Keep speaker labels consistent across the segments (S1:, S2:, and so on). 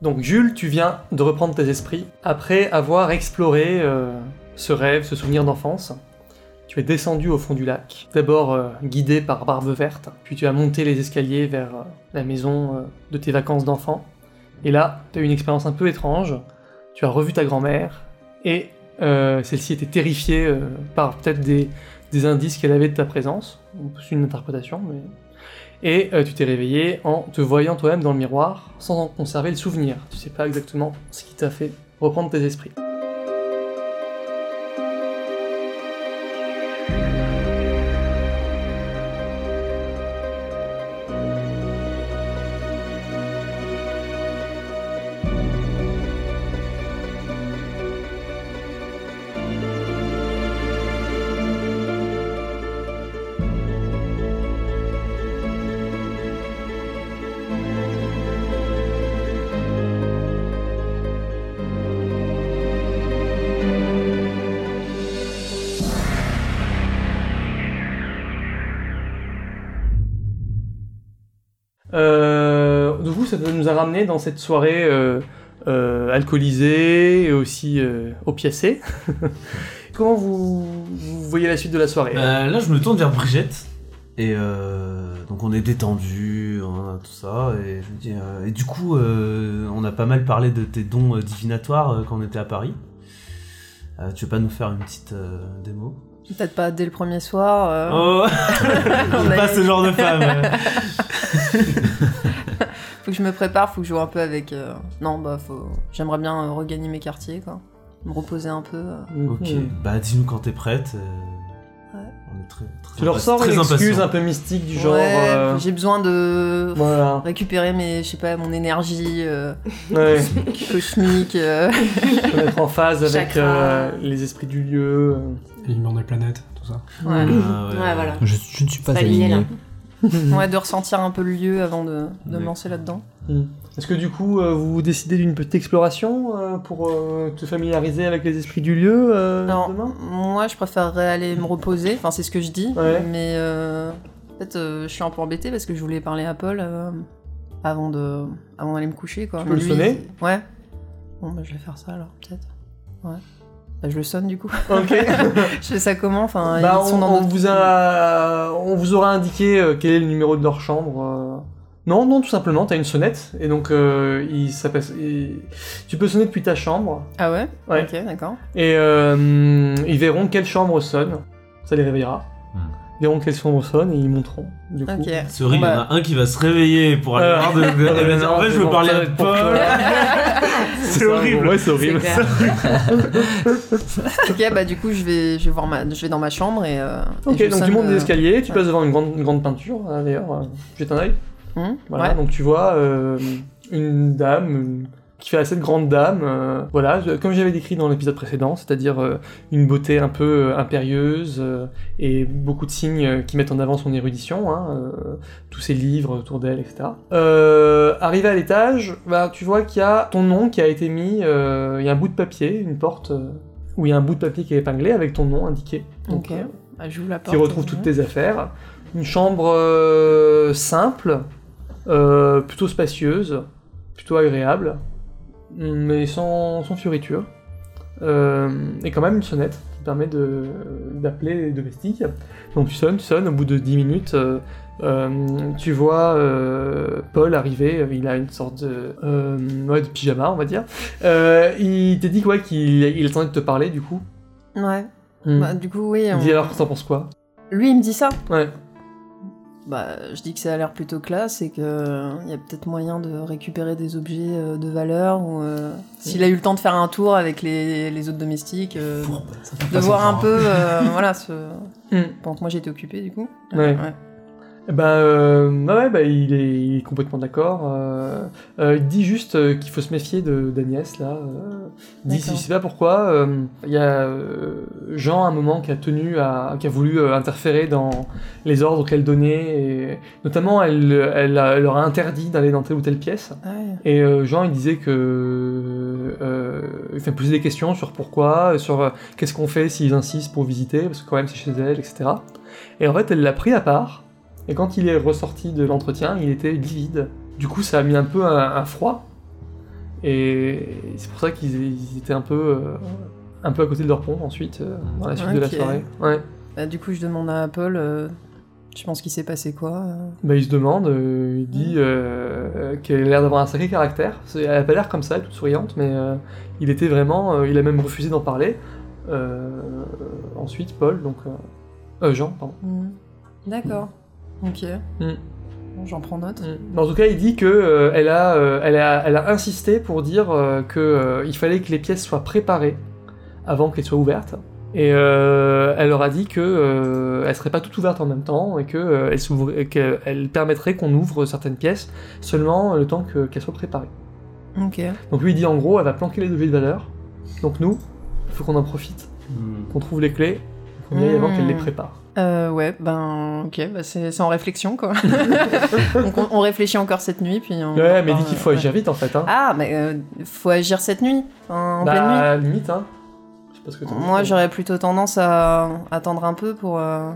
S1: Donc Jules, tu viens de reprendre tes esprits après avoir exploré euh, ce rêve, ce souvenir d'enfance. Tu es descendu au fond du lac, d'abord euh, guidé par Barbe Verte, puis tu as monté les escaliers vers euh, la maison euh, de tes vacances d'enfant. Et là, tu as eu une expérience un peu étrange. Tu as revu ta grand-mère, et euh, celle-ci était terrifiée euh, par peut-être des, des indices qu'elle avait de ta présence. C'est une interprétation, mais. Et euh, tu t'es réveillé en te voyant toi-même dans le miroir, sans en conserver le souvenir. Tu sais pas exactement ce qui t'a fait reprendre tes esprits. Euh, du coup, ça nous a ramené dans cette soirée euh, euh, alcoolisée et aussi euh, opiacée. Comment vous, vous voyez la suite de la soirée
S2: Euh, là, je me tourne vers Brigitte. Et euh, donc, on est détendu, on a tout ça. Et, je lui dis, euh, et du coup, euh, on a pas mal parlé de tes dons euh, divinatoires euh, quand on était à Paris. Euh, tu veux pas nous faire une petite euh, démo
S3: Peut-être pas dès le premier soir. euh,
S2: Oh
S3: on
S2: Je
S3: a
S2: pas
S3: dit-
S2: ce genre de femme euh.
S3: Faut que je me prépare, faut que je joue un peu avec. euh, Non, bah, faut. J'aimerais bien euh, regagner mes quartiers, quoi. Me reposer un peu. euh.
S2: Ok,
S1: hmm.
S4: Hmm.
S2: bah dis-nous quand t'es prête. euh,
S3: Ouais.
S2: On est très, très
S1: Tu leur
S2: impa-
S1: sors
S2: très
S1: une excuse
S2: impatients.
S1: un peu mystique du genre.
S3: Ouais,
S1: euh,
S3: j'ai besoin de
S1: Voilà.
S3: récupérer mes, je sais pas, mon énergie euh,
S1: Ouais,
S3: cosmique. euh.
S1: faut mettre en phase avec
S4: Chakra.
S1: euh, les esprits du lieu. Hmm. euh.
S5: L'univers des planètes, tout ça.
S3: Ouais.
S2: Ah,
S4: Ouais, voilà.
S6: Je, je ne suis pas
S4: Pas lié,
S6: aligné.
S4: là.
S3: Ouais, de ressentir un peu le lieu avant de, de me
S2: Ouais.
S3: lancer là-dedans.
S1: Est-ce que du coup, euh, vous décidez d'une petite exploration euh, pour euh, te familiariser avec les esprits du lieu euh,
S3: Alors,
S1: demain
S3: moi, je préférerais aller me reposer. Enfin, c'est ce que je dis.
S1: Ouais.
S3: Mais euh, peut-être euh, je suis un peu embêtée parce que je voulais parler à Paul euh, avant de, avant d'aller me coucher,
S1: Tu
S3: quoi. Mais
S1: peux le
S3: lui,
S1: sonner
S3: il- Ouais. Bon, bah, je vais faire ça alors, peut-être. Ouais. Bah, je le sonne du coup.
S1: Ok.
S3: je fais ça comment Enfin,
S1: Bah,
S3: ils
S1: on,
S3: sont dans
S1: on
S3: notre-
S1: vous a, on vous aura indiqué euh, quel est le numéro de leur chambre. euh. Non, non, tout simplement, t'as une sonnette et donc euh, il, ça passe- il- tu peux sonner depuis ta chambre
S3: Ah ouais.
S1: Ouais.
S3: Ok, d'accord.
S1: et euh, ils verront quelle chambre sonne. Ça les réveillera.
S6: Hmm.
S1: Ils verront quelle chambre sonne et ils monteront. Du coup.
S3: Ok.
S2: Ce rire, il y
S3: Bon,
S2: en
S3: bah,
S2: a un qui va se réveiller pour aller
S1: Euh,
S2: voir de. de- elle va dire,
S1: non,
S2: en fait, je
S1: c'est
S2: veux
S1: bon,
S2: parler
S1: ça
S2: à
S1: va être pour
S2: Paul. C'est horrible.
S1: Ouais, c'est horrible.
S4: C'est clair.
S3: ok, bah du coup, je vais, je vais voir ma, je vais dans ma chambre et. euh, et
S1: Ok,
S3: je
S1: donc tu
S3: sonne,
S1: montes des
S3: euh,
S1: escaliers, tu
S3: ouais.
S1: passes devant une grande, une grande peinture, hein, d'ailleurs, euh, jette un œil.
S3: hmm,
S1: Voilà,
S3: ouais.
S1: donc tu vois euh, une dame une- qui fait assez de grande dame, euh, voilà, je- comme j'avais décrit dans l'épisode précédent, c'est-à-dire euh, une beauté un peu euh, impérieuse euh, et beaucoup de signes euh, qui mettent en avant son érudition, hein, euh, tous ses livres autour d'elle, etc. Euh, arrivé à l'étage, bah, tu vois qu'il y a ton nom qui a été mis, euh, il y a un bout de papier, une porte euh, où il y a un bout de papier qui est épinglé avec ton nom indiqué. Donc,
S3: Ok.
S1: euh,
S3: Bah, j'ouvre la porte.
S1: tu retrouves toutes tes affaires. Une chambre euh, simple, euh, plutôt spacieuse, plutôt agréable, mais sans, sans fioriture. Euh, et quand même une sonnette qui permet de- d'appeler les domestiques. Donc tu sonnes, tu sonnes, au bout de 10 minutes, euh, euh, tu vois euh, Paul arriver, il a une sorte de, euh, ouais, de pyjama, on va dire. Euh, il t'a dit quoi qu'il il attendait de te parler du coup.
S3: Ouais.
S1: Hmm.
S3: Bah, du coup, oui.
S1: il
S3: on-
S1: dit alors, t'en penses quoi
S3: Lui, il me dit ça.
S1: Ouais.
S3: Bah, je dis que ça a l'air plutôt classe et qu'il y a peut-être moyen de récupérer des objets euh, de valeur ou euh, s'il a eu le temps de faire un tour avec les, les autres domestiques, euh, de voir
S5: hein.
S3: un peu, euh, voilà, ce...
S1: Hmm.
S3: pendant que moi j'étais occupée du coup.
S1: Ouais. Bah, euh, ouais, ouais, bah, il, est, il est complètement d'accord. Euh, euh, il dit juste euh, qu'il faut se méfier de d'Agnès, là. Euh, il dit,
S3: D'accord.
S1: je sais pas pourquoi, euh, il y a euh, Jean, à un moment, qui a tenu à... qui a voulu euh, interférer dans les ordres qu'elle donnait, et notamment, elle, elle, a- elle leur a interdit d'aller dans telle ou telle pièce.
S3: Ouais.
S1: Et euh, Jean, il disait que. Euh, il fait poser des questions sur pourquoi, sur euh, qu'est-ce qu'on fait s'ils insistent pour visiter, parce que quand même c'est chez elle, etc. Et en fait, elle l'a pris à part, et quand il est ressorti de l'entretien, il était livide. Du coup, ça a mis un peu un, un froid. Et c'est pour ça qu'ils ils étaient un peu, euh, un peu à côté de leur pompe ensuite, euh, dans la suite de la
S3: Ok.
S1: soirée. Ouais.
S3: Bah, du coup, je demande à Paul, euh, tu penses qu'il s'est passé quoi euh
S1: Bah, il se demande, euh, il dit euh, qu'elle a l'air d'avoir un sacré caractère. C'est- Elle a pas l'air comme ça, toute souriante, mais euh, il était vraiment. euh, il a même refusé d'en parler. Euh, ensuite, Paul, donc. euh, euh, Jean, pardon.
S3: Hmm. D'accord. Ok.
S1: Hmm.
S3: Bon, J'en prends note.
S1: Mm. En tout cas, il dit que euh, elle, a, euh, elle, a, elle a insisté pour dire euh, que euh, il fallait que les pièces soient préparées avant qu'elles soient ouvertes. Et euh, elle leur a dit que euh, elles seraient pas toutes ouvertes en même temps et que euh, elles s'ouvraient- et qu'elles- elles permettraient qu'on ouvre certaines pièces seulement le temps que- qu'elles soient préparées.
S3: Ok.
S1: Donc lui il dit en gros, elle va planquer les objets de valeur. Donc nous, il faut qu'on en profite,
S2: Hmm.
S1: qu'on trouve les clés, qu'on y aille avant
S3: Mm.
S1: qu'elle les prépare.
S3: Euh, ouais, ben ok, bah, c'est c'est en réflexion quoi. Donc on, on réfléchit encore cette nuit, puis on.
S1: Ouais, mais
S3: on-
S1: dit qu'il faut
S3: ouais.
S1: agir vite en fait. Hein.
S3: Ah, mais euh, faut agir cette nuit, en pleine nuit.
S1: bah, euh, limite, hein. Je sais pas ce que t'en penses.
S3: Moi, j'aurais plutôt tendance à attendre un peu pour euh,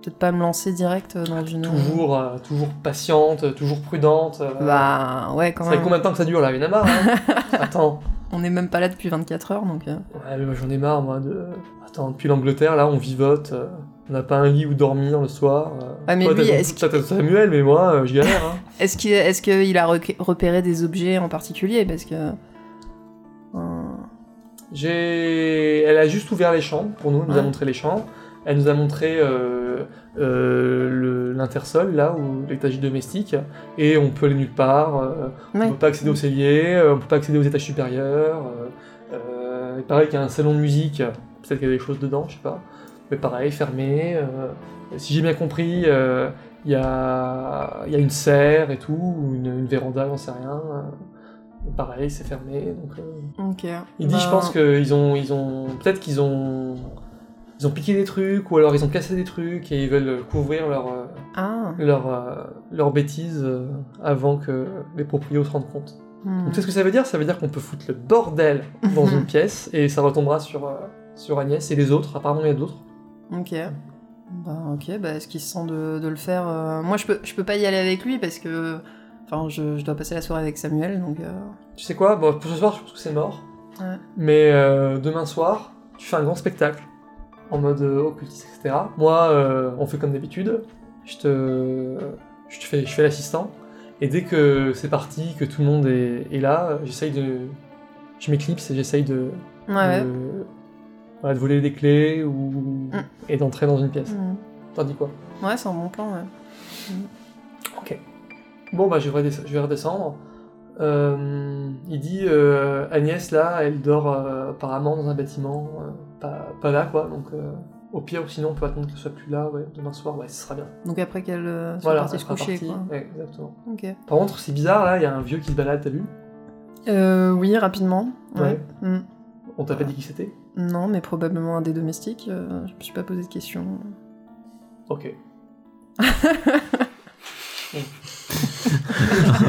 S3: peut-être pas me lancer direct euh, dans une.
S1: toujours, euh, toujours patiente, euh, toujours prudente. euh,
S3: Bah ouais,
S1: ça
S3: quand
S1: fait
S3: même.
S1: combien de temps que ça dure là Une marre hein Attends,
S3: On est même pas là depuis 24 heures, donc. euh,
S1: Ouais, mais moi, j'en ai marre moi de. Attends, depuis l'Angleterre là on vivote, euh, on n'a pas un lit où dormir le soir. euh.
S3: Ah, mais
S1: Toi,
S3: lui,
S1: t'as ton-
S3: est-ce
S1: toi, t'as Samuel, mais moi euh, je galère. hein.
S3: Est-ce qu'il est qu'il a rec- repéré des objets en particulier Parce que. euh,
S1: J'ai, elle a juste ouvert les chambres pour nous, elle nous a
S3: Ouais.
S1: montré les chambres. Elle nous a montré euh, euh, le- l'intersol là ou l'étage domestique et on peut aller nulle part. euh,
S3: Ouais.
S1: On peut pas accéder au cellier, euh, on peut pas accéder aux étages supérieurs. euh, euh, et pareil qu'il y a un salon de musique, euh, peut-être qu'il y a des choses dedans, je sais pas. Mais pareil, fermé. euh, si j'ai bien compris, euh, il y, a, il y a une serre et tout, ou une, une véranda, j'en sais rien. euh, pareil, c'est fermé. Donc, euh,
S3: Ok.
S1: il dit, je
S3: Ben,
S1: pense qu'ils ont, ils ont, peut-être qu'ils ont, ils ont piqué des trucs, ou alors ils ont cassé des trucs et ils veulent couvrir leur, euh,
S3: Ah,
S1: leur, euh, leur bêtise euh, avant que les proprios se rendent compte.
S3: hmm.
S1: Donc, tu sais ce que ça veut dire Ça veut dire qu'on peut foutre le bordel dans une pièce et ça retombera sur, euh, sur Agnès et les autres. Apparemment, il y a d'autres.
S3: Ok. Bah ok, bah est-ce qu'il se sent de, de le faire euh, Moi je peux, je peux pas y aller avec lui parce que... Enfin je, je dois passer la soirée avec Samuel donc... euh,
S1: Tu sais quoi Bon, Pour ce soir, je pense que c'est mort.
S3: Ouais.
S1: Mais euh, demain soir, tu fais un grand spectacle en mode euh, occultiste, etc. Moi, euh, on fait comme d'habitude. Je te, je te fais, je fais l'assistant. Et dès que c'est parti, que tout le monde est, est là, j'essaye de, je m'éclipse et j'essaye de,
S3: Ouais ouais.
S1: de, voilà, de voler des clés ou
S3: Mm.
S1: et d'entrer dans une pièce.
S3: Hmm.
S1: T'en dis quoi
S3: Ouais c'est un bon plan ouais.
S1: Ok. Bon, bah, je vais, redesce- je vais redescendre. Euh, il dit euh, Agnès, là, elle dort euh, apparemment dans un bâtiment, euh, pas, pas là, quoi. Donc, euh, au pire, sinon, on peut attendre qu'elle soit plus là, ouais, demain soir, ouais, ce sera bien.
S3: Donc après qu'elle euh, soit
S1: voilà,
S3: partie
S1: elle
S3: se
S1: sera
S3: coucher
S1: partie.
S3: quoi.
S1: Ouais, exactement.
S3: Ok.
S1: Par contre, c'est bizarre, là, il y a un vieux qui se balade, t'as vu
S3: Euh, oui rapidement. Ouais.
S1: Ouais.
S3: Hmm.
S1: On t'a pas dit qui c'était
S3: Non mais probablement un des domestiques, euh, je me suis pas posé de questions.
S1: Ok.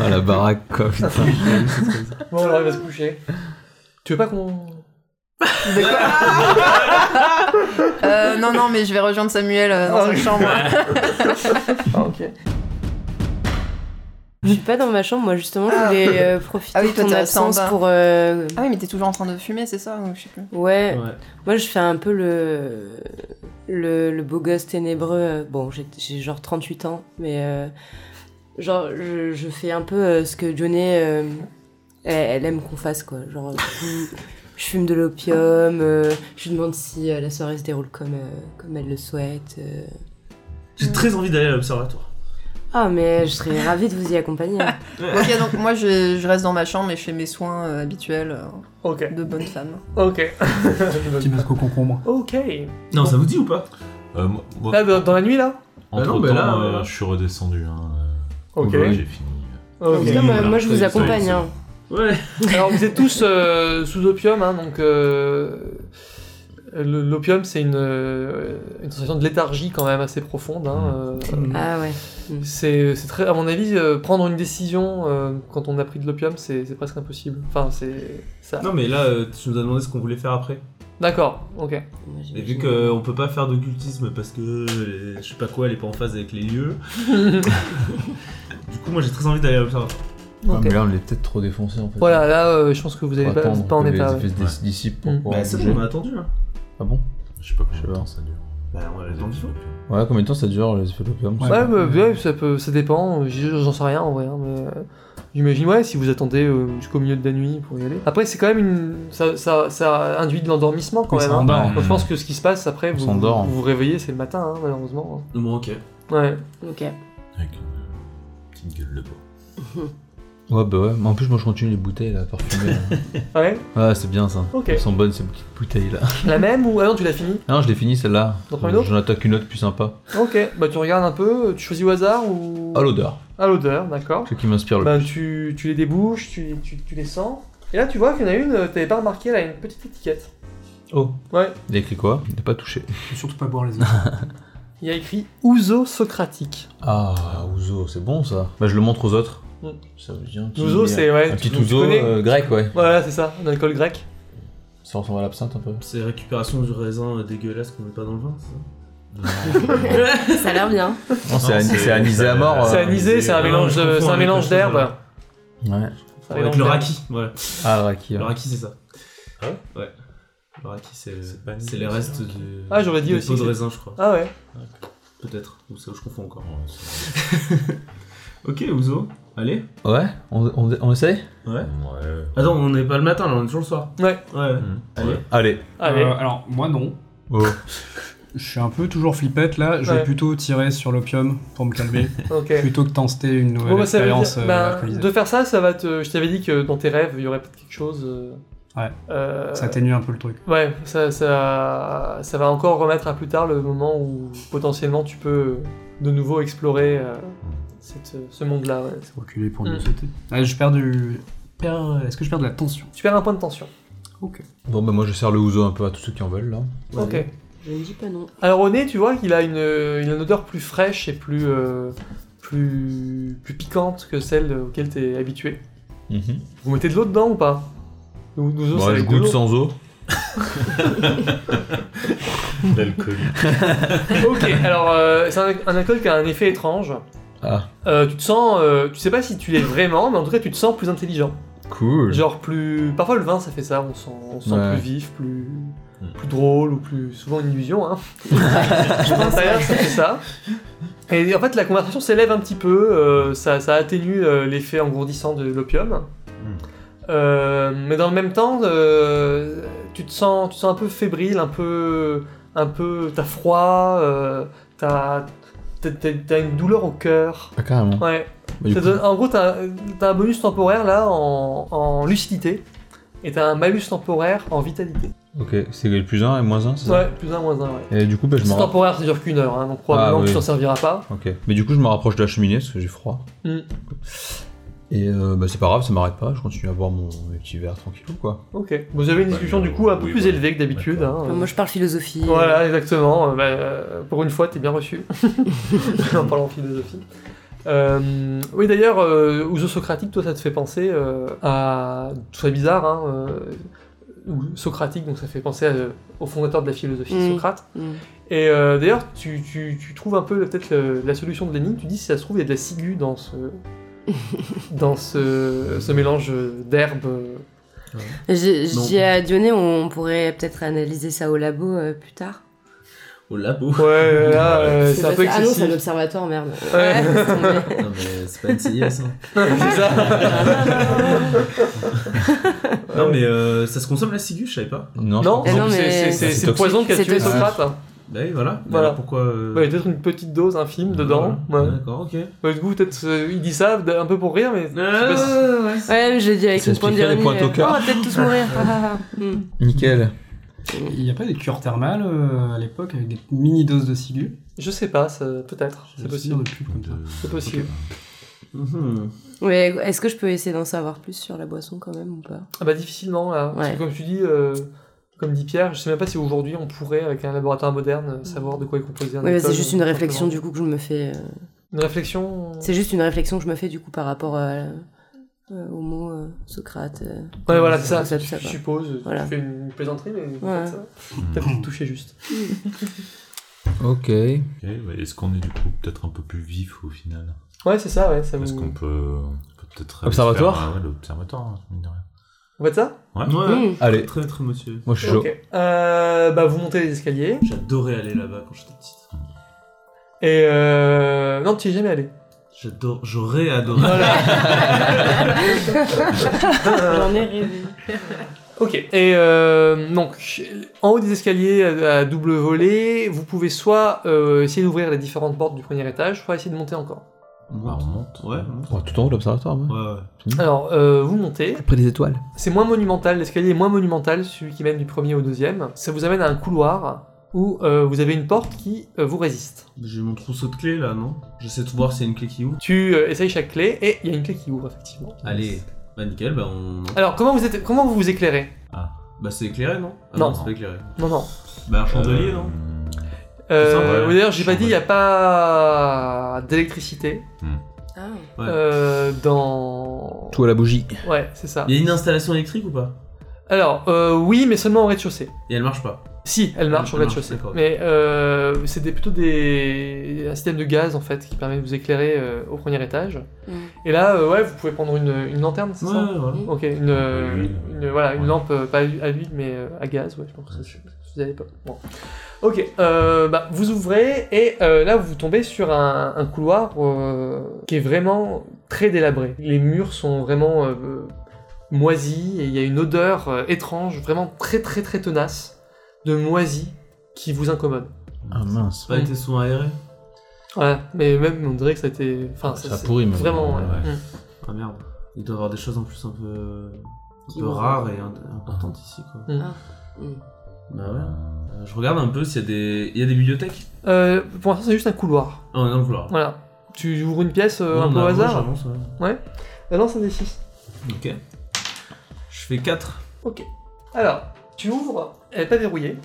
S4: Ah, la baraque, quoi, putain.
S1: Bon, alors, il va se coucher. Tu veux pas qu'on.
S3: De quoi Euh, Non non mais je vais rejoindre Samuel euh, dans
S1: Ah,
S3: sa
S1: oui.
S3: chambre.
S1: Ah, ok.
S6: Je suis pas dans ma chambre, moi justement, je voulais euh, profiter
S3: Ah oui, toi,
S6: de ton
S3: t'es resté en
S6: absence
S3: bas.
S6: pour. euh,
S3: Ah oui mais t'es toujours en train de fumer c'est ça ou je sais plus.
S2: Ouais.
S6: Ouais. moi je fais un peu le. Le, le beau gosse ténébreux. euh, Bon, j'ai j'ai genre 38 ans, mais. euh, Genre, je, je fais un peu euh, ce que Johnny. euh, elle, elle aime qu'on fasse quoi. Genre, je fume, je fume de l'opium, euh, je lui demande si euh, la soirée se déroule comme, euh, comme elle le souhaite. euh.
S2: J'ai très envie d'aller à l'observatoire.
S6: Ah, mais je serais ravie de vous y accompagner. hein.
S3: Ok, donc moi je, je reste dans ma chambre et je fais mes soins euh, habituels euh,
S1: Ok.
S3: de bonne femme.
S1: Ok.
S5: Petit masque au concombre.
S1: ok.
S2: Non, ça vous dit ou pas
S7: Euh, moi, moi,
S1: Là, dans, dans la nuit, là
S7: entre
S2: Ah non,
S7: temps,
S2: mais là,
S7: euh,
S2: là.
S7: je suis redescendu. Hein,
S1: Ok.
S7: euh, J'ai fini.
S6: En tout cas,
S1: Ok.
S6: moi,
S7: voilà,
S6: moi, je vous
S7: c'est-
S6: accompagne.
S7: c'est-
S6: hein.
S2: Ouais.
S1: Alors vous êtes tous euh, sous opium, hein, donc euh, le- l'opium c'est une, euh, une sensation de léthargie quand même assez profonde. hein, euh,
S6: Ah ouais.
S1: c'est c'est très, à mon avis, euh, prendre une décision euh, quand on a pris de l'opium, c'est c'est presque impossible. Enfin, c'est ça.
S2: Non, mais là, euh, tu nous as demandé ce qu'on voulait faire après.
S1: D'accord, ok.
S6: Moi,
S2: Et vu
S6: j'imagine.
S2: qu'on peut pas faire d'occultisme parce que euh, je sais pas quoi, elle est pas en phase avec les lieux. du coup, moi j'ai très envie d'aller à l'observatoire.
S7: Ah,
S1: Donc,
S7: mais là, on l'est peut-être trop défoncé en fait.
S1: voilà, là, euh, je pense que vous
S7: Faut
S1: n'avez pas,
S7: attendre
S1: pas en
S7: que les
S1: état.
S7: effets se
S1: ouais.
S7: dis- dissipent pour
S1: Mm.
S7: pouvoir
S2: Bah, c'est
S7: bouger.
S2: bon, on a attendu. Hein.
S7: Ah bon Je sais pas Je sais combien de pas. temps ça dure.
S2: Bah, on a attendu.
S7: Ouais, combien de temps ça dure les effets de l'opium
S5: Ouais.
S1: Ouais, bah, ouais, ça, peut, ça dépend, j- j'en sais rien en vrai. hein, mais, euh, J'imagine, ouais, si vous attendez euh, jusqu'au milieu de la nuit pour y aller. Après, c'est quand même une. Ça, ça, ça induit de l'endormissement quand
S5: Oui,
S1: même.
S5: ça
S1: hein.
S5: endort.
S1: Donc, je pense que ce qui se passe après,
S7: On
S1: vous
S7: s'endort.
S1: vous, vous réveillez, c'est le matin, hein, malheureusement. hein.
S2: Bon, ok.
S1: Ouais.
S6: Ok.
S7: Avec une euh, petite gueule de bois. ouais, bah ouais. Mais en plus, moi, je continue les bouteilles là, parfumées. là.
S1: Ouais,
S7: Ah, c'est bien ça.
S1: ok.
S7: Elles sont bonnes ces petites bouteilles là.
S1: La même ou. Ah non, tu l'as fini
S7: Ah non, je l'ai fini celle-là.
S1: T'en prends une autre
S7: Euh, J'en attaque une autre plus sympa.
S1: Ok, bah tu regardes un peu, tu choisis au hasard ou.
S7: À l'odeur,
S1: À l'odeur, d'accord.
S7: ce qui m'inspire le
S1: Bah,
S7: plus.
S1: tu, tu les débouches, tu, tu, tu les sens. Et là, tu vois qu'il y en a une, euh, t'avais pas remarqué, elle a une petite étiquette.
S7: Oh.
S1: Ouais.
S7: Il y a écrit quoi Ne pas toucher.
S5: Faut Surtout pas boire les autres.
S1: Il y a écrit Ouzo Socratique.
S7: Ah, ouzo, c'est bon ça. Bah, je le montre aux autres.
S1: Mm.
S7: Ça veut dire un petit-
S1: Ouzo, c'est. Ouais,
S7: Un petit
S1: tu- tu
S7: ouzo
S1: connais
S7: euh, grec, ouais.
S1: Voilà, c'est ça, un alcool grec.
S7: Ça ressemble à l'absinthe un peu.
S2: C'est récupération du raisin euh, dégueulasse qu'on met pas dans le vin, c'est ça
S6: Ça a l'air bien.
S7: Non, c'est ani-
S2: c'est-
S7: c'est anisé à
S2: c'est-
S7: mort.
S1: c'est
S7: euh.
S1: anisé, c'est un
S2: non,
S1: mélange,
S2: je
S1: de-
S2: confonds
S1: c'est un
S2: avec
S1: mélange
S2: autre chose,
S1: d'herbes.
S2: là.
S7: Ouais.
S1: C'est un
S2: Avec
S1: mélange
S2: le
S1: d'herbes.
S2: raki, voilà.
S7: Ah, le raki.
S2: Le
S7: ouais.
S2: raki, c'est ça.
S7: Ah ouais
S2: Ouais. Le raki, c'est euh,
S7: C'est pas
S2: c'est
S7: une-
S2: les
S7: c'est
S2: restes
S7: un-
S2: de.
S1: Ah, j'aurais dit
S2: des
S1: aussi,
S2: pots de
S1: c'est-
S2: raisin, je crois.
S1: Ah ouais.
S2: Peut-être. Ou ça, je confonds encore.
S7: Ouais, c'est-
S2: Ok, Ouzo. Allez.
S7: Ouais, on, on, on essaye
S2: Ouais.
S7: Ouais.
S2: Attends, on n'est pas le matin, là, on est toujours le soir.
S1: Mhm. Ouais.
S2: Ouais. Allez.
S7: Allez.
S1: Allez.
S5: Euh, alors, moi non.
S7: Oh.
S5: Je suis un peu toujours flippette là. Je
S1: Ouais.
S5: vais plutôt tirer sur l'opium pour me calmer,
S1: ok.
S5: plutôt que tenter une nouvelle
S1: Bon, bah, ça veut
S5: expérience
S1: dire-
S5: euh,
S1: ben,
S5: alcoolisée.
S1: de faire ça, ça va te. Je t'avais dit que dans tes rêves, il y aurait peut-être quelque chose. euh,
S5: Ouais.
S1: euh,
S5: Ça atténue un peu le truc.
S1: Ouais, ça, ça, ça va encore remettre à plus tard le moment où potentiellement tu peux euh, de nouveau explorer euh, cette- euh, ce monde-là. ouais.
S5: Reculer pour
S1: mieux Mm.
S5: sauter. je perds du. perds- Est-ce que je perds de la tension
S1: Tu perds un point de tension.
S5: Ok.
S7: Bon, bah, moi, je sers le ouzo un peu à tous ceux qui en veulent, là.
S1: Ok.
S6: Je ne dis pas non.
S1: Alors au nez, tu vois qu'il a une, il a une odeur plus fraîche et plus, euh, plus, plus piquante que celle auquel t'es habitué. Vous mettez de l'eau dedans ou pas Ou nous autres,
S7: Bon,
S1: c'est
S7: ouais, je
S1: avec de
S7: goûte
S1: l'eau.
S7: sans eau. L'alcool.
S1: Ok, alors euh, c'est un, un alcool qui a un effet étrange.
S7: Ah,
S1: Euh, tu te sens, euh, tu sais pas si tu l'es vraiment, mais en tout cas tu te sens plus intelligent.
S7: cool.
S1: Genre plus. Parfois le vin ça fait ça, on sent, on sent
S7: Ouais.
S1: plus vif, plus.
S7: Mm.
S1: plus drôle ou plus. souvent une illusion, hein. Je pense ça fait ça. Et en fait la conversation s'élève un petit peu, euh, ça, ça atténue euh, l'effet engourdissant de l'opium.
S7: Hmm.
S1: Euh, mais dans le même temps, euh, tu, te sens, tu te sens un peu fébrile, un peu. un peu. t'as froid, euh, t'as. t'as- t'as t'as une douleur au cœur.
S7: Ah, carrément.
S1: Ouais.
S7: Bah, du
S1: Ça
S7: coup,
S1: donne- en gros, t'as t'as un bonus temporaire là en, en lucidité et t'as un malus temporaire en vitalité.
S7: Ok, c'est le plus 1 et moins 1, c'est ça
S1: Ouais, plus un, moins un, ouais.
S7: Et du coup, bah, je me
S1: C'est
S7: rapproche.
S1: temporaire, ça dure qu'une heure, hein, donc probablement
S7: Ah,
S1: que
S7: oui.
S1: tu t'en serviras pas.
S7: Ok. Mais du coup, je me rapproche de la cheminée parce que j'ai froid.
S1: Mm.
S7: Et euh, bah, c'est pas grave, ça m'arrête pas. Je continue à boire mon mes petits verres tranquillou, quoi.
S1: Ok. Vous avez une discussion du coup un peu
S7: Bah, Oui,
S1: plus
S7: voilà.
S1: élevée que d'habitude. hein.
S6: Moi, je parle philosophie.
S1: Voilà, exactement. Euh, bah, euh, pour une fois, t'es bien reçu. en parlant philosophie. Euh, oui, d'ailleurs, euh, Ouzo Socratique, toi, ça te fait penser euh, à. Tout ça bizarre, hein. euh, ou Socratique, donc ça fait penser à- au fondateur de la philosophie,
S6: Mm.
S1: Socrate.
S6: Mm.
S1: Et euh, d'ailleurs, tu, tu- tu trouves un peu peut-être le- la solution de l'énigme. Tu dis si ça se trouve, il y a de la ciguë dans ce, dans ce, ce mélange d'herbes.
S6: J'ai j'ai
S2: Non.
S6: dit à Dionée, on pourrait peut-être analyser ça au labo euh, plus tard.
S2: Au labo.
S1: Ouais, là,
S7: Ouais.
S1: euh, c'est un
S6: pas
S1: peu
S6: ça. Ah non, c'est
S1: excessif.
S6: un observatoire, merde.
S1: Ouais.
S6: Ouais, c'est tombé.
S2: non, mais c'est pas une CIS, hein.
S1: c'est Ah ça.
S2: Non, mais euh, ça se consomme la ciguë, je savais pas.
S7: Non,
S1: Ah Non,
S6: Eh
S1: c'est-
S6: non, mais-
S1: c'est- c'est
S7: C'est
S1: c'est le poison qui a
S6: toxique,
S1: tué
S6: c'est
S1: Socrate. hein.
S2: Bah oui, voilà. Mais
S1: Voilà. Bah,
S2: alors pourquoi. euh,
S1: Ouais, peut-être une petite dose infime dedans.
S2: voilà.
S1: Ouais.
S2: D'accord, ok.
S1: Ouais, du coup, peut-être euh, il dit ça un peu pour rire, mais. je sais pas si-
S2: ouais, ouais.
S6: Ouais, mais je l'ai dit avec
S7: Ça
S6: une pointe
S7: expliquerait
S6: d'ironie.
S7: les pointes au
S6: euh,
S7: cœur.
S6: On va peut-être tous mourir. Ah, ah, ah. Mm.
S7: Nickel.
S5: Il n'y a pas des cures thermales euh, à l'époque avec des mini doses de ciguë
S1: Je sais pas, ça- peut-être.
S5: J'ai
S1: C'est
S5: le
S1: possible.
S5: souvenir de pub comme ça.
S1: C'est possible.
S2: Mhm.
S6: Ouais, est-ce que je peux essayer d'en savoir plus sur la boisson quand même ou pas
S1: Ah bah difficilement là. Parce
S6: Ouais.
S1: que comme tu dis, euh, comme dit Pierre, je sais même pas si aujourd'hui on pourrait, avec un laboratoire moderne, euh, savoir de quoi est composé un
S6: Ouais, bah, c'est
S1: alcool,
S6: juste une
S1: euh,
S6: réflexion
S1: simplement.
S6: du coup que je me fais. euh,
S1: Une réflexion.
S6: C'est juste une réflexion que je me fais du coup par rapport à, euh, au mot euh, Socrate. euh.
S1: Ouais, voilà, c'est ça.
S6: Ça,
S1: tu,
S6: ça
S1: tu
S6: va.
S1: supposes,
S6: Voilà.
S1: tu fais une plaisanterie, mais
S6: Ouais.
S1: peut-être ça. T'as pu te toucher juste.
S4: bah,
S7: Ok.
S4: Ok, ouais, Est-ce qu'on est du coup peut-être un peu plus vif au final
S1: Ouais, c'est ça, ouais. Ça
S4: Est-ce
S1: vous...
S4: qu'on peut, on peut peut-être.
S7: Observatoire
S4: faire, euh, Ouais, l'observatoire, hein, mine de rien.
S1: On va de ça Mm.
S2: Ouais,
S6: Mmh.
S7: Allez,
S2: très très monsieur.
S7: moi je suis chaud.
S1: Ok. Euh, bah, vous montez les escaliers.
S2: J'adorais aller là-bas quand j'étais petit.
S1: Et euh... Non, tu y es jamais allé.
S2: J'adore, j'aurais adoré.
S6: J'en ai rêvé.
S1: Ok. Et euh, donc, en haut des escaliers à, à double volet, vous pouvez soit euh, essayer d'ouvrir les différentes portes du premier étage, soit essayer de monter encore.
S4: Bah, on monte.
S2: Ouais, monte.
S7: Oh, tout en haut de l'observatoire, ouais.
S2: Ouais, ouais.
S1: Alors, euh, vous montez.
S7: Près des étoiles.
S1: C'est moins monumental, l'escalier est moins monumental, celui qui mène du premier au deuxième. Ça vous amène à un couloir où euh, vous avez une porte qui euh, vous résiste.
S2: J'ai mon trousseau de clés là, non J'essaie de voir s'il y a une clé qui ouvre.
S1: Tu euh, essayes chaque clé et il y a une clé qui ouvre, effectivement.
S2: Allez, bah nickel, bah on.
S1: Alors, comment vous, êtes, comment vous vous éclairez
S2: Bah c'est éclairé non ah,
S1: Non.
S2: c'est pas éclairé.
S1: Non, non.
S2: Bah un chandelier
S4: Euh,
S2: non
S1: Euh,
S2: hein.
S4: Tout ça, ouais.
S1: D'ailleurs, j'ai pas dit, il n'y a
S4: Ouais.
S1: pas d'électricité
S6: Ah.
S2: Ouais.
S1: euh, dans.
S7: Tout à la bougie.
S1: Ouais, c'est ça.
S2: Il y a une installation électrique ou pas
S1: Alors, euh, oui, mais seulement au rez-de-chaussée.
S2: Et elle marche pas.
S1: Si, elle marche au
S2: Elle marche,
S1: rez-de-chaussée.
S2: d'accord, ok.
S1: Mais euh, c'est des- plutôt des... un système de gaz, en fait, qui permet de vous éclairer euh, au premier étage.
S6: Mm.
S1: Et là, euh, ouais, vous pouvez prendre une, une lanterne, c'est ça
S2: voilà.
S1: Ok, une, euh,
S4: L'huile.
S1: une- voilà, une
S4: Ouais.
S1: lampe, euh, pas à l'huile, mais euh, à gaz, ouais, je pense que c'est- vous avez pas. Bon. Ok, euh, bah, vous ouvrez, et euh, là, vous tombez sur un, un couloir euh, qui est vraiment très délabré. Les murs sont vraiment euh, moisis, et il y a une odeur euh, étrange, vraiment très très très tenace, de moisi qui vous incommode.
S7: Ah
S2: Ça
S7: mince.
S2: a pas été souvent aéré.
S1: Ouais, mais même, on dirait que ça a été... Enfin, Ah, ça,
S7: Ça
S1: c'est
S7: pourrit, mais-
S1: Vraiment,
S7: ouais,
S1: ouais.
S7: ouais.
S1: Mm.
S2: Ah merde. Il doit y avoir des choses en plus un peu, un
S6: Qui
S2: peu
S6: vont-
S2: rares et in- importantes ici quoi.
S6: Mm.
S2: Bah ouais. Euh, je regarde un peu s'il y a des, il y a des bibliothèques.
S1: Euh, pour l'instant, c'est juste un couloir.
S2: Ah on est dans le vouloir.
S1: Voilà. Tu ouvres une pièce euh,
S2: bah,
S1: un peu au hasard
S2: J'avance, ouais.
S1: Ah non, c'est des 6.
S2: Ok. Je fais 4.
S1: Ok. Alors, tu ouvres, elle n'est pas verrouillée.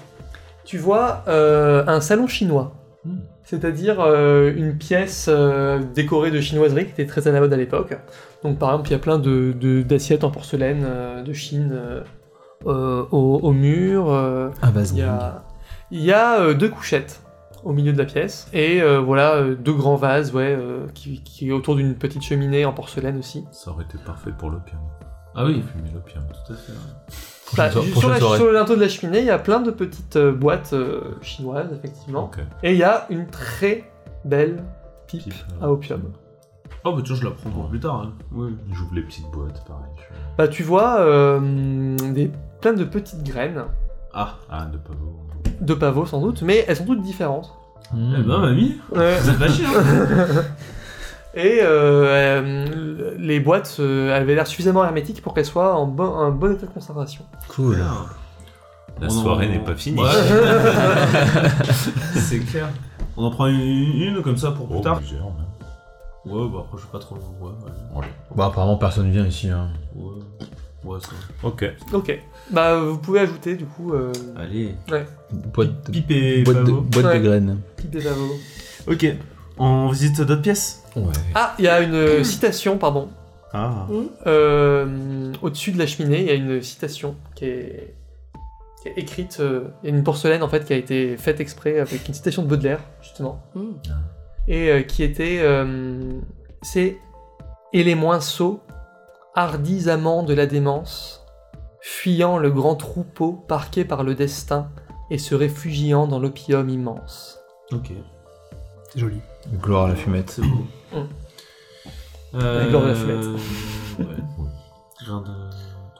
S1: Tu vois euh, un salon chinois.
S4: Hmm.
S1: C'est-à-dire euh, une pièce euh, décorée de chinoiserie qui était très à la mode à l'époque. Donc, par exemple, il y a plein de- de- d'assiettes en porcelaine euh, de Chine euh, euh, au, au mur. euh,
S7: Ah, vas
S1: Il y a, il y a, euh, deux couchettes au milieu de la pièce. Et euh, voilà, euh, deux grands vases ouais, euh, qui, qui est autour d'une petite cheminée en porcelaine aussi.
S4: Ça aurait été parfait pour l'opium.
S2: Ah oui.
S4: Fumer l'opium.
S2: Tout à fait. ouais.
S1: Bah,
S7: soir-
S1: ju- sur,
S7: prochaine
S1: la-
S7: soirée.
S1: sur le linteau de la cheminée, il y a plein de petites euh, boîtes euh, chinoises, effectivement.
S4: Ok.
S1: Et il y a une très belle pipe,
S4: Pipe, euh,
S2: Ah.
S1: à opium.
S2: Oh bah tu vois je la prends pour plus tard. hein. Oui.
S4: J'ouvre les petites boîtes, pareil. je fais-
S1: Bah, tu vois euh, des, plein de petites graines,
S2: Ah.
S4: Ah, de pavot.
S1: de pavot sans doute, mais elles sont toutes différentes.
S7: Hmm.
S2: Eh
S7: Mm.
S2: ben mamie,
S1: Ouais.
S2: vous êtes pas chier, hein.
S1: Et euh, euh, les boîtes euh, avaient l'air suffisamment hermétiques pour qu'elles soient en bon, un bon état de conservation.
S7: Cool.
S4: La
S2: On en-
S4: soirée n'est pas finie.
S2: Ouais. c'est clair. On en prend une, une comme ça pour plus
S4: Oh,
S2: tard.
S4: plusieurs, même.
S2: Ouais, bah après, je suis pas trop. Ouais, ouais.
S4: Allez.
S7: Bon, apparemment, personne vient ici. Hein.
S2: Ouais, ouais ça.
S4: Ok.
S1: Ok. Bah, vous pouvez ajouter du coup euh,
S2: Allez.
S7: Boîte de,
S2: Pipe et
S7: boîte de,
S2: pavot.
S7: boîte de
S1: Ouais.
S7: graines.
S1: pipe des pavots.
S2: Ok. On visite d'autres pièces
S7: Ouais.
S1: Ah, il y a une euh, citation, pardon.
S2: Ah.
S1: Euh, au-dessus de la cheminée, il y a une citation qui est, qui est écrite. euh, il y a une porcelaine en fait qui a été faite exprès avec une citation de Baudelaire justement,
S6: Mm.
S1: et euh, qui était euh, c'est et les moins sots, hardis amants de la démence, fuyant le grand troupeau parqué par le destin et se réfugiant dans l'opium immense.
S2: Ok.
S5: C'est joli.
S7: Gloire à la fumette.
S2: C'est beau.
S1: Mm.
S2: Euh,
S1: La gloire de la fumette.
S2: Ouais. Rien de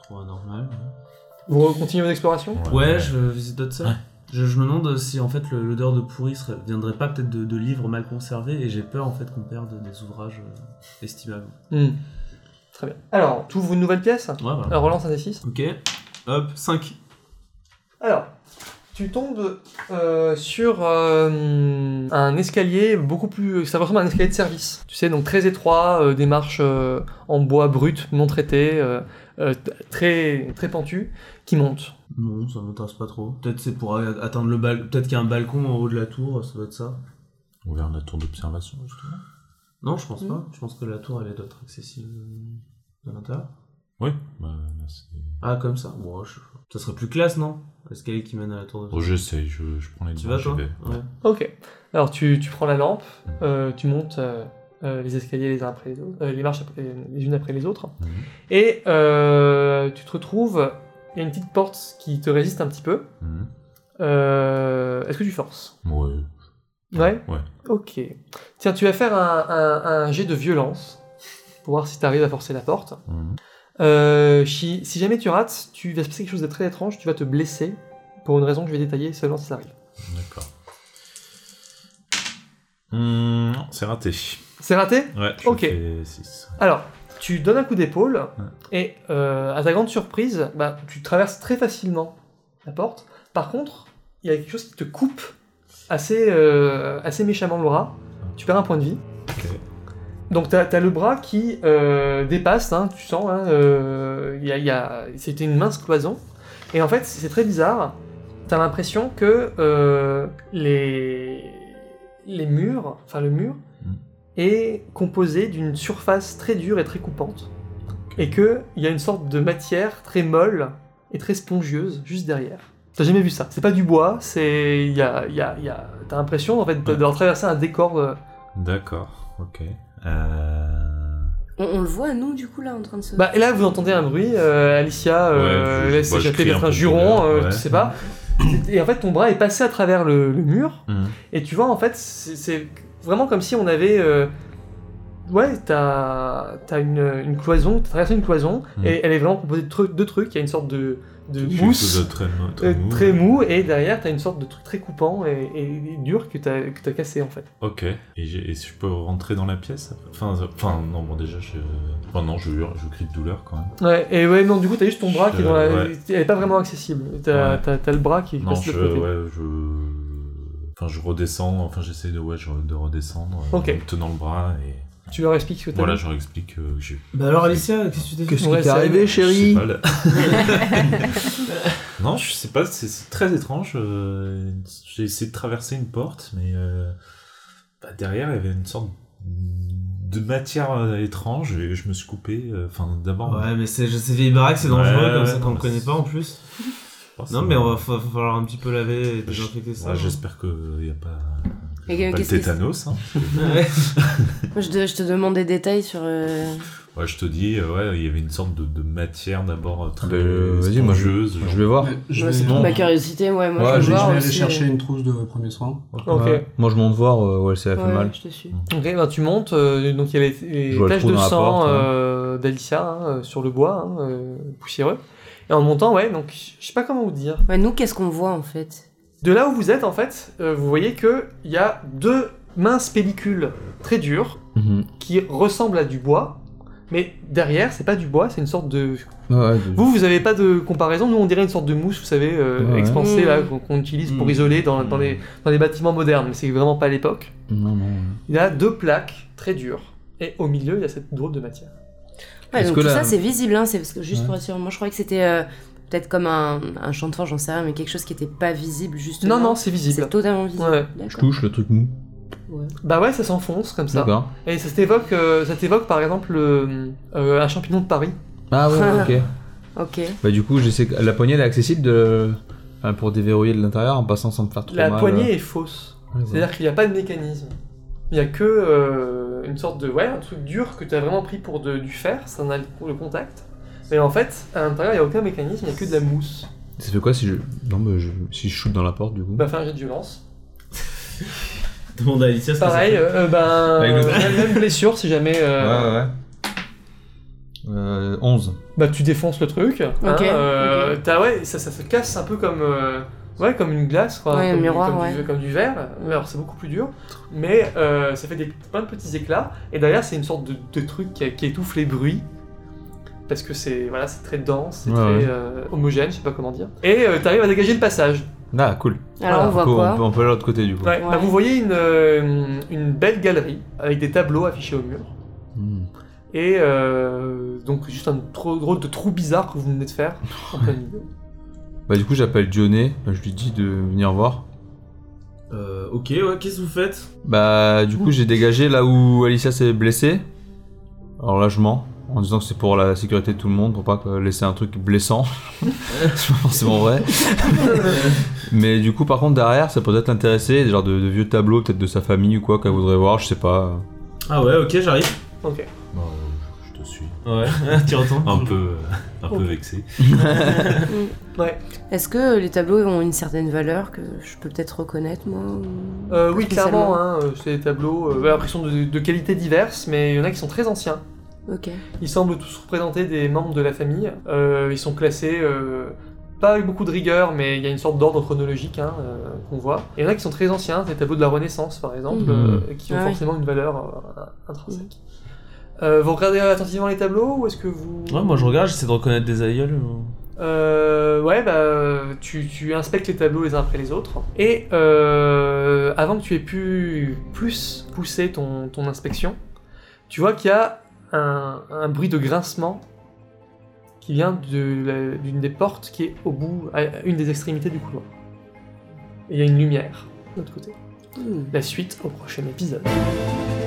S2: trop anormal.
S1: Vous continuez vos explorations
S2: Ouais, je visite d'autres salles. Je, je me demande si en fait le- l'odeur de pourri serait- viendrait pas peut-être de, de livres mal conservés et j'ai peur en fait qu'on perde des ouvrages euh, estimables.
S1: Hmm. Très bien. Alors, tu ouvres une nouvelle pièce
S2: Ouais, voilà.
S1: Alors, relance un des 6
S2: Ok. Hop, 5.
S1: Alors, tu tombes euh, sur euh, un escalier beaucoup plus. Ça ressemble à un escalier de service. Tu sais, donc très étroit, euh, des marches euh, en bois brut, non traité, euh, euh, t- très, très pentu, qui monte.
S2: Non, ça m'intéresse pas trop. Peut-être c'est pour a- atteindre le balcon. Peut-être qu'il y a un balcon en haut de la tour, ça doit être ça.
S4: On verra la tour d'observation, justement.
S2: Non, je pense pas. Je pense que la tour elle doit être accessible euh, à l'intérieur.
S4: Oui. Bah, là, c'est-
S2: Ah, comme ça. Bon, je- ça serait plus classe, non L'escalier qui mène à la tour de.
S4: Oh, j'essaye, je, je prends les
S2: tu
S4: devants,
S2: vas
S4: j'y
S2: toi
S4: vais.
S2: Ouais.
S1: Ok. Alors, tu, tu prends la lampe, euh, tu montes euh, euh, les escaliers les uns après les autres, euh, les marches après- les unes après les autres.
S4: Mhm.
S1: Et euh, tu te retrouves, il y a une petite porte qui te résiste un petit peu.
S4: Mhm.
S1: Euh, Est-ce que tu forces
S4: Ouais.
S1: Ouais
S4: Ouais.
S1: Ok. Tiens, tu vas faire un, un- un jet de violence pour voir si tu arrives à forcer la porte.
S4: Mhm.
S1: Euh, si, si jamais tu rates, tu vas se passer quelque chose de très étrange, tu vas te blesser pour une raison que je vais détailler seulement si ça arrive.
S4: D'accord. Hum, non, c'est raté.
S1: C'est raté
S4: Ouais, je
S1: Ok.
S4: fais six.
S1: Alors, tu donnes un coup d'épaule,
S4: Ouais.
S1: et euh, à ta grande surprise, bah, tu traverses très facilement la porte. Par contre, il y a quelque chose qui te coupe assez, euh, assez méchamment le bras. Tu perds un point de vie.
S4: Ok.
S1: Donc t'as as le bras qui euh, dépasse, hein, tu sens, hein, euh, y a- y a- c'était une mince cloison. Et en fait, c'est très bizarre. T'as l'impression que euh, les, les murs, enfin le mur,
S4: Mm.
S1: est composé d'une surface très dure et très coupante. Et qu'il y a une sorte de matière très molle et très spongieuse juste derrière. T'as jamais vu ça. C'est pas du bois, c'est. y a- y a- y a- T'as l'impression en fait de-
S4: Ouais.
S1: d'avoir traversé un décor. euh,
S4: D'accord, ok. Euh...
S6: On, on le voit, nous, du coup, là, en train de se.
S1: Bah, et là, vous entendez un bruit. euh, Alicia euh,
S4: Ouais, je-
S1: laisse
S4: bah, je
S1: échapper
S4: crie
S1: peut-être un
S4: un peu tout à
S1: juron,
S4: l'heure,
S1: euh,
S4: ouais.
S1: tu sais pas. Et en fait, ton bras est passé à travers le, le mur.
S4: Mhm.
S1: Et tu vois, en fait, c'est c'est vraiment comme si on avait. euh, Ouais, t'as as une, une cloison, t'as traversé une cloison,
S4: Mhm.
S1: et elle est vraiment composée de trucs- deux trucs. Il y a une sorte de, de
S4: Quelque
S1: mousse.
S4: chose de très, mou-
S1: euh,
S4: très mou.
S1: Très mou, et derrière t'as une sorte de truc très coupant et, et dur que t'as que t'as cassé en fait.
S4: Ok. Et, j'ai- et je peux rentrer dans la pièce après enfin, euh, enfin, non, bon, déjà, je. Enfin, non, je hurle, je crie de douleur quand même.
S1: Ouais, et ouais, non, du coup t'as juste ton bras qui est dans la-
S4: Ouais.
S1: elle est pas vraiment accessible. T'as
S4: Ouais.
S1: t'as- t'as le bras qui
S4: Non,
S1: passe de
S4: je.
S1: l'autre côté.
S4: Ouais, je. Enfin, je redescends, enfin, j'essaie de, ouais, je- de redescendre euh,
S1: Ok.
S4: en me tenant le bras et.
S1: Tu leur expliques ce que t'as
S4: Voilà,
S1: vu.
S4: je leur explique euh, que j'ai.
S2: Bah alors, Alicia, qu'est-ce que tu t'es
S7: Qu'est-ce
S1: Ouais,
S7: qui t'est
S1: ça-
S7: arrivé,
S4: je sais
S7: chérie
S4: pas, là. non, je sais pas, c'est- c'est très étrange. euh, J'ai essayé de traverser une porte, mais euh, bah, derrière, il y avait une sorte de matière euh, étrange et je me suis coupé. euh, Enfin, d'abord.
S2: Ouais, mais c'est je sais, vieille baraque, c'est dangereux
S4: Ouais,
S2: comme ça
S4: ouais,
S2: quand on
S4: ouais,
S2: connaît
S4: c'est-
S2: pas en plus.
S4: enfin,
S2: Non,
S4: c'est-
S2: mais on va, fa- fa- falloir un petit peu laver et
S4: Bah, Je-
S2: désinfecter ça. hein.
S4: ouais, J'espère qu'il n'y a pas,
S6: Et euh,
S4: y a pas
S7: Bah,
S4: le
S6: qu'est-ce qui-
S4: tétanos. hein.
S2: Ouais.
S6: Moi, je, te, je te demande des détails sur. euh,
S4: Ouais, je te dis, euh, ouais, il y avait une sorte de, de matière d'abord euh, très
S7: Ah bah, euh, vas-y, moi,
S4: spongieuse, genre.
S7: Je vais voir.
S5: Euh, Je
S6: ouais,
S5: vais,
S6: c'est
S5: je
S6: pour
S7: non.
S6: ma curiosité, ouais. Moi, je
S7: Ouais,
S5: vais-
S6: veux
S5: je vais
S6: voir
S5: aller
S6: aussi,
S5: chercher
S6: euh,
S5: une trousse de premiers soins.
S1: Ok.
S7: Ouais. Moi, je monte voir, euh, ouais, ça a fait
S6: ouais,
S7: mal.
S6: je te suis.
S1: Ok, ben tu montes, euh, donc il y a les, les
S7: Je vois le
S1: taches
S7: trou
S1: de
S7: dans la
S1: sang
S7: porte, hein.
S1: euh, d'Alicia hein, euh, sur le bois, hein, euh, poussiéreux. Et en montant, ouais, donc je sais pas comment vous dire.
S6: Ouais, nous, qu'est-ce qu'on voit en fait
S1: De là où vous êtes, en fait, euh, vous voyez que il y a deux minces pellicules très dures
S7: Mhm.
S1: qui ressemblent à du bois, mais derrière, c'est pas du bois, c'est une sorte de.
S7: Ouais, ouais, de-
S1: Vous, vous avez pas de comparaison. Nous, on dirait une sorte de mousse, vous savez, euh,
S7: Ouais, ouais.
S1: expansée là
S6: Mmh.
S1: qu'on qu'on utilise pour
S2: Mmh.
S1: isoler dans, dans les dans les bâtiments modernes, mais c'est vraiment pas à l'époque.
S7: Non, non. ouais.
S1: Il y a deux plaques très dures. Et au milieu, il y a cette drôle de matière.
S6: Ouais,
S7: Est-ce
S6: donc
S7: que
S6: tout
S7: là-
S6: ça, c'est visible, hein, c'est parce que juste
S7: Ouais.
S6: pour être sûr, moi, je croyais que c'était euh, peut-être comme un, un champ de forge, j'en sais rien, mais quelque chose qui était pas visible, justement.
S1: Non, non, c'est visible.
S6: c'est totalement visible.
S1: Ouais.
S7: Je
S6: D'accord.
S7: touche le truc mou.
S1: Bah ouais, ça s'enfonce comme ça.
S7: D'accord.
S1: Et ça t'évoque, euh, ça t'évoque par exemple le, euh, un champignon de Paris.
S7: Ah ouais, ok.
S6: Ok.
S7: Bah du coup, j'essaie. La poignée, elle est accessible de... enfin, pour déverrouiller de l'intérieur en passant sans me faire trop
S1: La
S7: mal. euh.
S1: poignée est fausse.
S7: Ouais, ouais.
S1: C'est-à-dire qu'il n'y a pas de mécanisme. Il n'y a que euh, une sorte de. Ouais, un truc dur que tu as vraiment pris pour de- du fer, ça n'a le le contact. Mais en fait, à l'intérieur, il n'y a aucun mécanisme, il n'y a que de la mousse.
S7: Ça fait quoi si je. Non, bah je... si je shoot dans la porte du coup
S1: Bah, fais un jet de violence.
S2: Demande à Alicia ce que ça
S1: Pareil,
S2: fait.
S1: euh, ben.
S7: Avec le-
S1: même- Même blessure si jamais. euh,
S7: Ouais, ouais, ouais. Euh, 11.
S1: bah tu défonces le truc. hein,
S6: Ok,
S1: euh, t'as- ouais, ça, ça se casse un peu comme, euh, ouais, comme une glace, quoi,
S6: Ouais, un
S1: comme, du-
S6: miroir,
S1: comme du,
S6: ouais.
S1: comme du verre. Alors c'est beaucoup plus dur, mais euh, ça fait des, plein de petits éclats. Et derrière c'est une sorte de, de truc qui, qui étouffe les bruits. Parce que c'est voilà, c'est très dense, c'est
S7: Ouais,
S1: très
S7: ouais.
S1: euh, homogène, je sais pas comment dire. Et euh, t'arrives à dégager le passage.
S7: Ah, cool.
S6: Alors, on
S7: Du
S6: voit
S7: coup,
S6: quoi
S7: peut, on peut aller de l'autre côté du coup.
S1: Ouais. Bah, vous voyez une, euh, une belle galerie avec des tableaux affichés au mur.
S7: Hmm.
S1: Et euh, donc juste un trop drôle de trou bizarre que vous venez de faire en plein milieu.
S7: Bah du coup, j'appelle Dionné. Bah, je lui dis de venir voir.
S2: Euh, ok, ouais, qu'est-ce que vous faites
S7: Bah du coup, j'ai dégagé là où Alicia s'est blessée. Alors là, je mens. En disant que c'est pour la sécurité de tout le monde, pour pas euh, laisser un truc blessant. c'est pas forcément vrai. Mais du coup, par contre, derrière, ça pourrait peut-être l'intéresser, des genres de, de vieux tableaux, peut-être de sa famille ou quoi, qu'elle voudrait voir, je sais pas.
S2: Ah ouais, ok, j'arrive.
S1: Ok.
S4: Bon, euh, je te suis.
S2: Ouais, tu retournes
S4: Un peu, euh, un peu vexé.
S1: Ouais.
S6: Est-ce que euh, les tableaux ont une certaine valeur que je peux peut-être reconnaître, moi ou-
S1: Euh,
S6: pas
S1: oui,
S6: spécialement
S1: clairement, hein, euh, c'est des tableaux, euh, l'impression de, de qualités diverses, mais il y en a qui sont très anciens.
S6: Ok.
S1: Ils semblent tous représenter des membres de la famille. Euh, ils sont classés, euh, pas avec beaucoup de rigueur, mais il y a une sorte d'ordre chronologique hein, euh, qu'on voit. Et il y en a qui sont très anciens, des tableaux de la Renaissance par exemple,
S2: Mmh.
S6: Mhm.
S1: euh, qui ont
S6: Ah Mmh. ouais.
S1: forcément une valeur euh, intrinsèque. Euh, vous regardez attentivement les tableaux ou est-ce que vous...
S2: Ouais, moi je regarde, j'essaie de reconnaître des aïeuls. euh.
S1: Euh, ouais, bah, tu, tu inspectes les tableaux les uns après les autres. Et euh, avant que tu aies pu plus pousser ton, ton inspection, tu vois qu'il y a un, un bruit de grincement qui vient de la- d'une des portes qui est au bout, à une des extrémités du couloir. Et il y a une lumière de l'autre côté.
S6: Hmm.
S1: La suite au prochain épisode.
S6: Merci.